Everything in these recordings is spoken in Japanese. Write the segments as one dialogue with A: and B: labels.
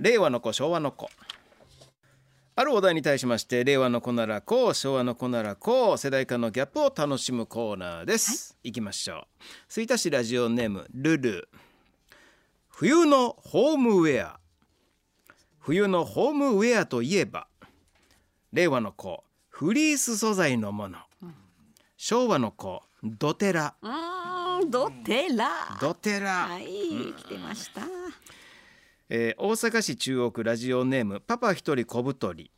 A: 令和の子昭和の子あるお題に対しまして令和の子ならこう昭和の子ならこう世代間のギャップを楽しむコーナーです、行きましょう吹田市ラジオネームルル冬のホームウェア冬のホームウェアといえば令和の子フリース素材のもの、昭和の子ドテラ
B: うーん、ドテラ。
A: ドテラ、
B: はい、来てました。
A: えー大阪市中央区ラジオネームパパ一人小太り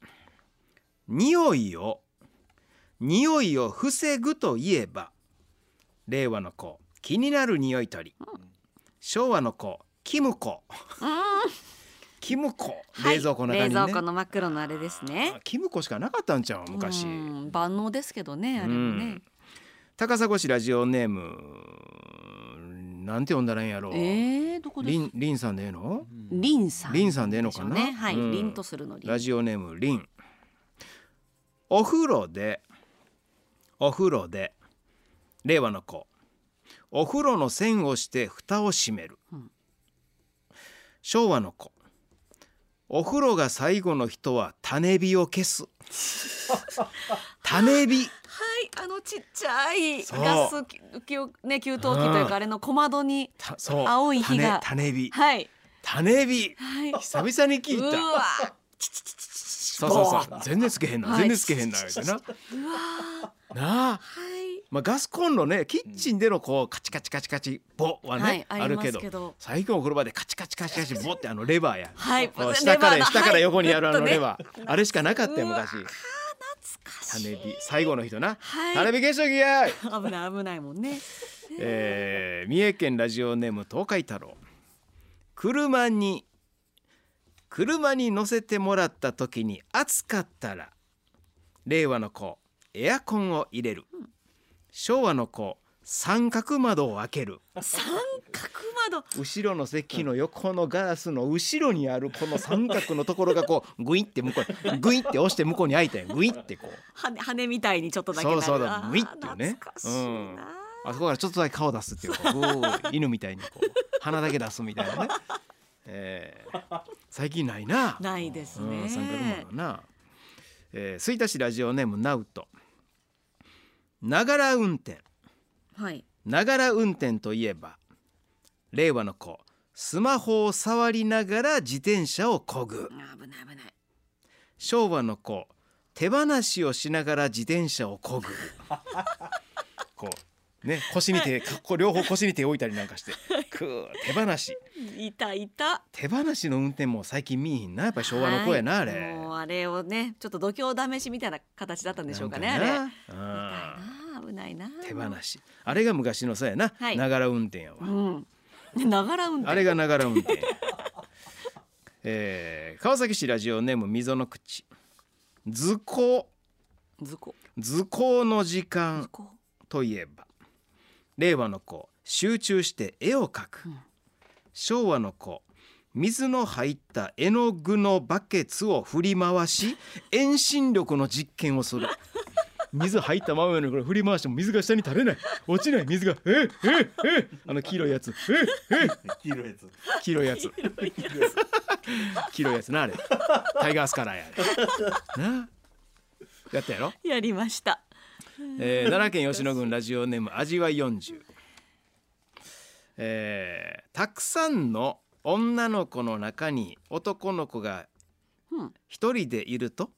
A: 匂いを匂いを防ぐといえば令和の子気になる匂い取り昭和の子キムコキムコ
B: はい
A: 冷蔵庫の中にね、
B: 冷蔵庫の真っ黒のあれですね
A: あ。キムコしかなかったんちゃう昔
B: うん万能ですけどね、あれも
A: う
B: ね
A: ん。高砂市ラジオネームなんて呼んだらいいんやろう、
B: えー、どこで
A: リ
B: すか。
A: ンリンさんでええの
B: リンさん。
A: リンさんでええのかな
B: でしょうねはい、
A: うん
B: リンとするのリン。
A: ラジオネームリンお風呂でお風呂で令和の子お風呂の栓をして蓋を閉める、
B: うん
A: 昭和の子お風呂が最後の人は種火を消 す種火
B: はい、あのちっちゃい
A: そう
B: ガスききをね給湯器という
A: うん
B: かあれの小窓に、
A: たそう
B: 青い火が
A: 種種火
B: はい
A: 種火
B: はい。
A: 久々に聞いうた
B: わ、
A: そうそうそう全然つけへんな
B: はい
A: 全然つけへんな言うてななあ
B: はい。
A: まあ、ガスコンロねキッチンでのこうカチカチカチカチボはね、
B: はい
A: あるけど
B: ありますけど
A: 最近お風呂場でカチカチカチカ チボってあのレバーや
B: はい
A: こう下から
B: レバーの
A: 下から横にやるあ
B: はい
A: のレバー、あれしかなかったよ
B: うわ
A: 昔種火最後の人な、
B: はい
A: 種火消しときやい、
B: 危ない危ないもんね。
A: えー三重県ラジオネーム東海太郎車に車に乗せてもらった時に暑かったら令和の子エアコンを入れる、昭和の子三角窓を開ける
B: 三角窓。
A: 後ろの席の横のガラスの後ろにあるこの三角のところがこうグイって向こうにグイって押して向こうに開いたんやグイってこう
B: 羽羽みたいにちょっとだけなる
A: そうそうだ
B: あー
A: ムイッていうね
B: 懐かしいな、
A: あそこからちょっとだけ顔出すっていう こうこう犬みたいにこう鼻だけ出すみたいなね、えー最近ないな
B: ないです
A: うん、三角
B: ね
A: 窓な、えー、吹田市ラジオネームナウトながら運転
B: はい
A: ながら運転といえば令和の子スマホを触りながら自転車をこぐ
B: 危ない危ない
A: 昭和の子手放しをしながら自転車を こぐこうね腰に手、かこう両方腰に手置いたりなんかしてくー手放し
B: いたいた
A: 手放しの運転も最近見えひんなやっぱり昭和の子やな、
B: はい
A: あれ
B: もうあれをねちょっと度胸試しみたいな形だったんでしょうかねあれ
A: な
B: 危
A: んかな
B: ないな危ないな
A: うん手放しあれが昔のさやな
B: はい
A: ながら運転やわ、
B: うんでながら運転
A: あれがながら運転 えー川崎市ラジオネーム溝の口図工
B: ずこ
A: 図工の時間
B: ずこ、
A: といえば令和の子集中して絵を描く、
B: うん
A: 昭和の子水の入った絵の具のバケツを振り回 し遠心力の実験をする水入ったままやのにこれ振り回しても水が下に垂れない落ちない水がええええあの黄色いやつえええ
C: 黄色いやつ。
A: え黄色いやつ黄色いやつなあれタイガースカラーやあれなあやったやろ
B: やりました
A: えー、奈良県吉野郡ラジオネーム味わい40、えー、たくさんの女の子の中に男の子が
B: うん
A: 一人でいると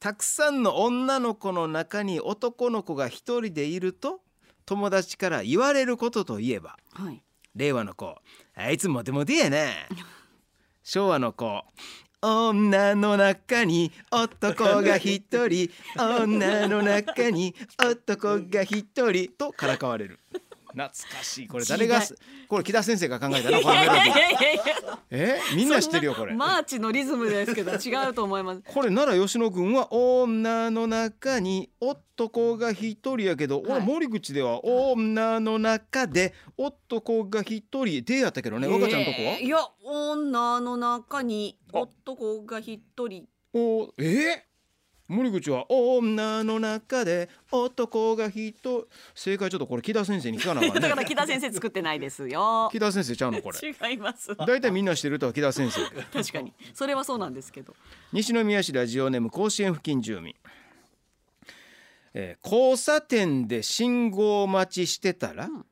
A: たくさんの女の子の中に男の子が一人でいると友達から言われることといえば
B: はい
A: 令和の子あいつモテモテやな 昭和の子女の中に男が一人女の中に男が一人とからかわれる懐かしいこれ誰が
B: 時
A: これ木田先生が考えたの
B: い
A: この
B: や
A: メ
B: い
A: ロデ
B: や
A: ィ
B: い
A: ー
B: やいやいや
A: えみんな知ってるよこれ
B: そんなマーチのリズムですけど違うと思います
A: これなら吉野君は女の中に男が一人やけど、
B: は
A: 俺
B: い
A: 森口では女の中で男が一人でやったけどね、若ちゃんとこは、
B: えーいや女の中に男が一人
A: おえー森口は女の中で男が人正解ちょっとこれ木田先生に聞かなあかん
B: だ
A: ね
B: から木田先生作ってないですよ
A: 木田先生ちゃうのこれ
B: 違います
A: 大体みんなしてるとは木田先生
B: 確かにそれはそうなんですけど
A: 西宮市ラジオネーム甲子園付近住民、えー交差点で信号待ちしてたら、
B: うん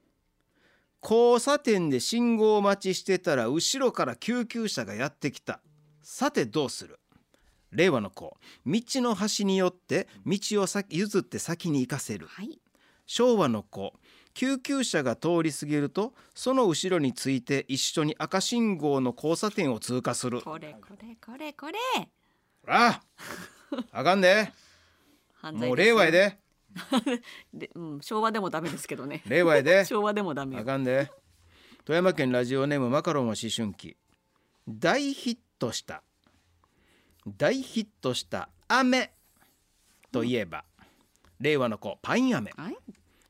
A: 交差点で信号待ちしてたら後ろから救急車がやってきたさてどうする令和の子道の端によって道を先譲って先に行かせる
B: はい
A: 昭和の子救急車が通り過ぎるとその後ろについて一緒に赤信号の交差点を通過する
B: これこれこれこれ
A: ああかんで
B: 犯罪です
A: もう令和やで
B: で、うん、昭和でもダメですけどね
A: 令和や で
B: 昭和でもダメ
A: あ
B: よ
A: かんで富山県ラジオネームマカロンは思春期大ヒットした大ヒットした雨といえば、令和の子パイン飴
B: はい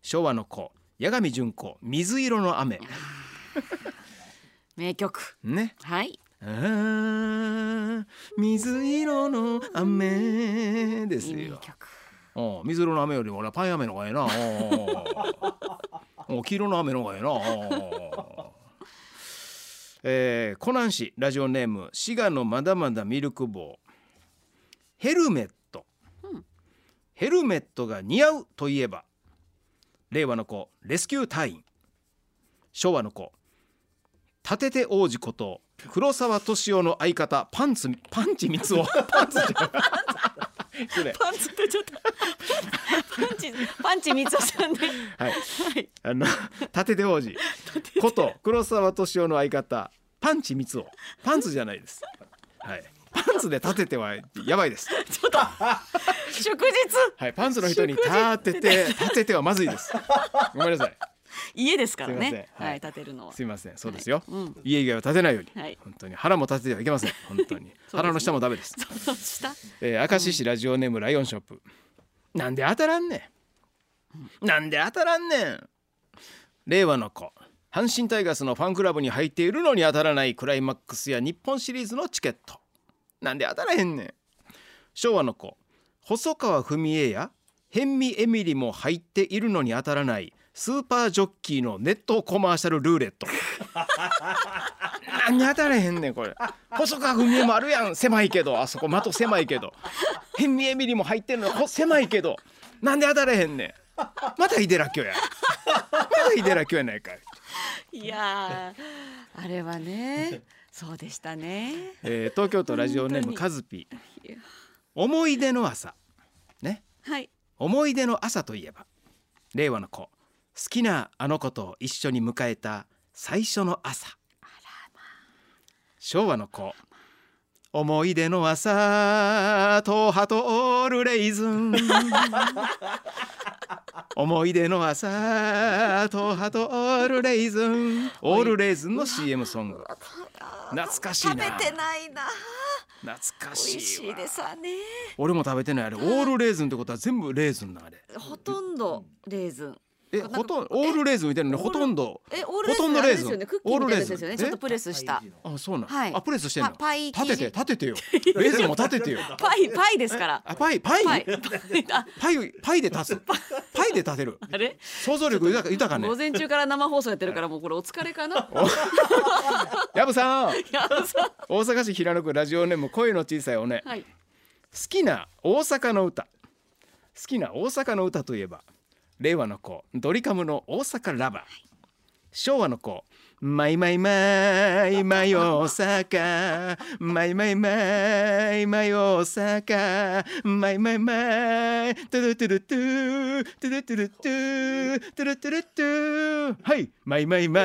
A: 昭和の子八神純子水色の雨
B: 名曲
A: ね
B: はい
A: あー水色の雨です
B: 名
A: よ。
B: 曲
A: お水色の雨よりも俺はパン雨の方がええな。おうおう黄色の雨の方がええな。おうえー、コナン氏ラジオネーム滋賀のまだまだミルク棒ヘルメット、
B: うん
A: ヘルメットが似合うといえば令和の子レスキュー隊員昭和の子立てて王子こと黒沢敏夫の相方パンツパンチ三つ男パンツじゃない失礼
B: パンツ出ちゃったパンチパンチ三つさんで
A: はい
B: はい
A: あの立てて王子こと黒沢敏夫の相方パンチ三つパンツじゃないです。はい。パンツで立ててはやばいです。
B: 祝日
A: はい。パンツの人に立てて立ててはまずいです。ごめんなさい。
B: 家ですから
A: すいま
B: ね
A: せんはい
B: はい立てるのは
A: すいません。そうですよ。
B: はいうん
A: 家以外は立てないように。
B: はい
A: 本当に腹も立ててはいけません。本当に、腹の下もダメです。
B: そうした
A: えー、明石市ラジオネームライオンショップ、なんで当たらんねんなんで当たらんねん令和の子阪神タイガースのファンクラブに入っているのに当たらないクライマックスや日本シリーズのチケットなんで当たらへんねん昭和の子細川文江や辺見エミリも入っているのに当たらないスーパージョッキーのネットコマーシャルルーレット何当たらへんねんこれ細川文江もあるやん狭いけどあそこ的狭いけど辺見エミリも入ってんのほ狭いけどなんで当たらへんねんまたイデラキョやまだイデラキョやないかい、
B: いやーあれはねそうでしたね
A: えー東京都ラジオネーム
B: 本当に
A: カズピー
B: いや
A: 思い出の朝ね
B: はい
A: 思い出の朝といえば令和の子好きなあの子と一緒に迎えた最初の朝昭和の子思い出の朝トハとオールレイズン思い出の朝トハとオールレイズンオールレイズンの CM ソング懐かしい
B: 食べ
A: な
B: てないな
A: 懐かしい
B: 美味しい
A: わ
B: ですわね
A: 俺も食べてないあれオールレイズンってことは全部レーズンなあれ
B: ほとんどレーズン
A: え
B: なんか
A: ほとんどオールレーズンみたいなのほとんど
B: えオールレーズン
A: ほとんどレーズン
B: あれですよねクッキーみたいなやつですよねちょっとプレスした
A: あそうなん、
B: はい
A: あプレスしてんの
B: パパイ生地
A: 立てて立てて よレーズンも立ててよ
B: パイパイですから
A: あパイパイ
B: パイ あ
A: パイパイで立つパイで立てる
B: あれ
A: 想像力豊か豊かね
B: 午前中から生放送やってるからもうこれお疲れ かな。
A: やぶさん
B: やさ
A: 大阪市平野区ラジオネーム声の小さいおね
B: はい。
A: 好きな大阪の歌好きな大阪の歌といえば令和の子ドリカムの大阪ラバー昭和の子マイマイマイマイ大阪マイマイマイマイ大阪マイマイマイトゥルトゥルトゥトゥルトゥルトゥトゥルトゥルトゥはいマイマイマ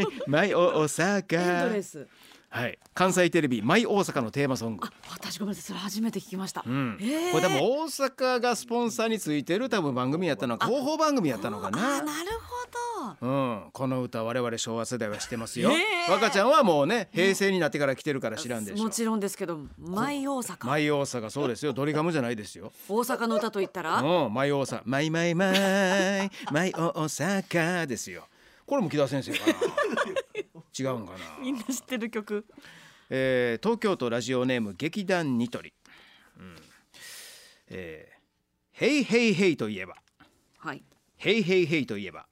A: イマイ大
B: エンドレ
A: 阪
B: ス。
A: はい関西テレビマイ大阪のテーマソング
B: あ、私ごめんなさい。それ初めて聞きました。
A: うん
B: へえ
A: これ多分大阪がスポンサーについてる多分番組やったのか広報番組やったのか
B: あ、
A: な。
B: なるほど。
A: うん、この歌我々昭和世代は知ってますよ
B: へ。え
A: 若ちゃんはもうね平成になってから来てるから知らんでしょ
B: も。ちろんですけど、舞大阪。
A: マイ大阪そうですよドリカムじゃないですよ。
B: 大阪の歌と言ったら、
A: うん、マイ大阪マイマイマイマイ大阪ですよ。これも木田先生かな。違うんかな。
B: みんな知ってる曲。
A: えー東京都ラジオネーム劇団ニトリ、うんえーヘイヘイヘイといえば
B: はい。
A: ヘイヘイヘイといえば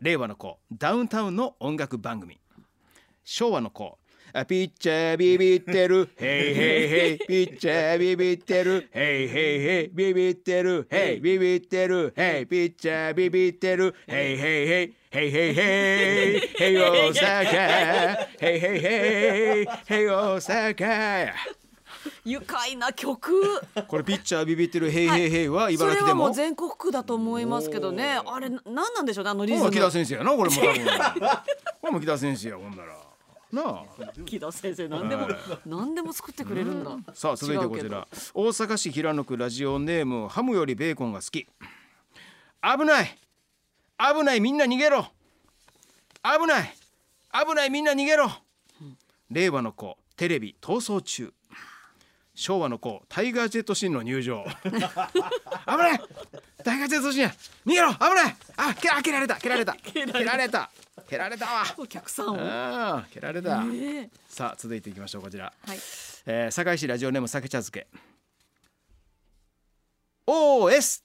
A: 令和の子ダウンタウンの音楽番組昭和の子あピッチャービビってるヘイヘイヘイピッチャービビってるヘイヘイヘイビビってるヘイビビってるヘイピッチャービビってるヘイヘイヘイヘイヘイヘイヘイ大阪ヘイヘイヘイヘイ大阪
B: 愉快な曲。
A: これピッチャービビってるヘイヘイヘイは
B: そ
A: 茨
B: れ
A: 城
B: は
A: で
B: も
A: も
B: う全国区だと思いますけどね。あれ、ななんなんでしょうね。あのリズ
A: もう
B: ム。
A: 木田先生やなこれも多分これも木田先生やほんならなあ
B: 木田先生、なんでも、なんでも作ってくれるんだ。
A: さあ続いてこちら大阪市平野区ラジオネームハムよりベーコンが好き危ない危ないみんな逃げろ危ない危ないみんな逃げろ令和の子テレビ逃走中昭和の子タイガージェットシンの入場 危ないタイガージェットシンや逃げろ危ないあけあ蹴られた蹴られた蹴られた蹴られたわ
B: お客さんを。
A: あー蹴られた、
B: ええ
A: さあ続いていきましょうこちら、
B: はい。
A: えー、堺市ラジオネーム酒茶漬け OS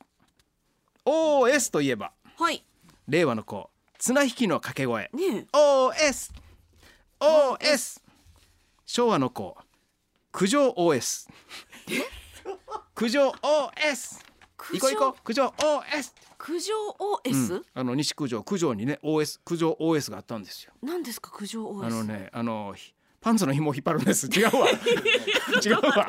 A: OS といえば
B: はい。
A: 令和の子綱引きの掛け声
B: ね
A: OS OS 昭和の子苦情 OS 苦情 OS
B: え。
A: 行こう行こう苦情 OS
B: 苦情 OS、
A: あの西九条九条にね OS 苦情 OS があったんですよ
B: 何ですか苦情 OS
A: あの ね、あのひパンツの紐を引っ張るんです。違うわ。違うわ。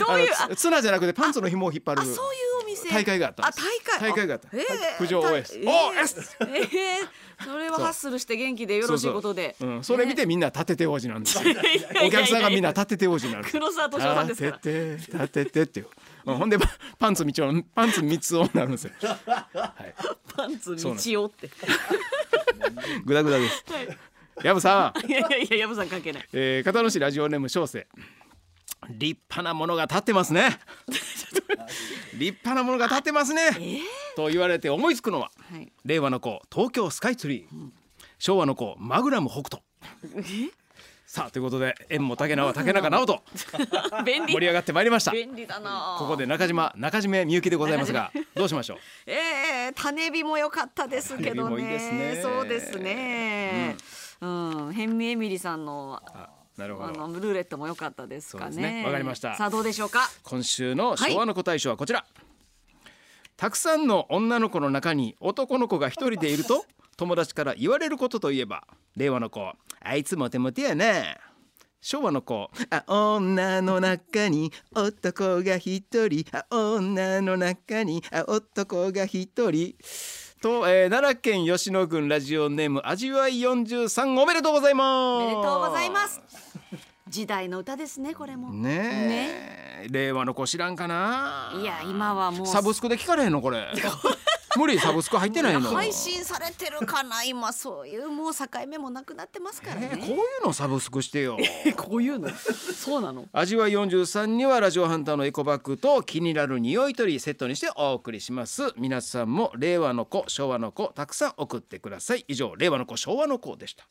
B: どういう
A: あ
B: あ
A: のつ綱じゃなくてパンツの紐を引っ張る
B: あそういうお店
A: 大会があったん
B: あ
A: です。
B: 大会
A: 大会があった。
B: ええ
A: 苦情 OS。OS。
B: ええええそれはハッスルして元気でよろしいことで
A: そうそううん、それ見てみんな立てて王子なんですよ。
B: や
A: お客さんがみんな立てて王子になる。
B: 黒沢敏夫さんですから
A: 立てて立ててっていう。うんほんでパパンツ道をパンツ三つをになるんですよ。はい。
B: パンツ道をって
A: グダグダです
B: はい。
A: やぶさん。
B: いやいやいや薮さん関係ない
A: えー、片野市ラジオネーム小生立派なものが立ってます ね立派なものが立ってますね、と言われて思いつくのは
B: はい
A: 令和の子東京スカイツリー、昭和の子マグナム北斗さあということで縁も竹縄竹中直人
B: 便
A: 盛り
B: 利
A: 上がってまいりました
B: 便利だな
A: ここで中島中島みゆきでございますがどうしましょう
B: ええ種火も良かったですけ
A: 種
B: ど
A: 火も
B: ね
A: いいですね
B: そうですねうん、ヘンミエミリさんの
A: あなるほ
B: あ
A: ど
B: のルーレットも良かったですか
A: そうです
B: ね
A: ねわかりました
B: さあどうでしょうか
A: 今週の昭和の子大賞はこちら、たくさんの女の子の中に男の子が一人でいる と友達から言われることといえば令和の子あいつモテモテやな昭和の子あ女の中に男が一人あ女の中にあ男が一人と、えー奈良県吉野郡ラジオネーム味わい43おめでとうございま
B: お
A: す
B: めでとうございます時代の歌ですねこれも
A: ねえ、令和の子知らんかない
B: や今はもう
A: サブスクで聞かれへんのこ れ無理サブスク入ってないの
B: 配信されてるかな今そういうもう境目もなくなってますから
A: えーこうい
B: ね、
A: うのサブスクしてよ
B: こういう のそうなの
A: 味わい43にはラジオハンターのエコバッグと気になる匂い取りセットにしてお送りします皆さんも令和の子昭和の子たくさん送ってください以上令和の子昭和の子でした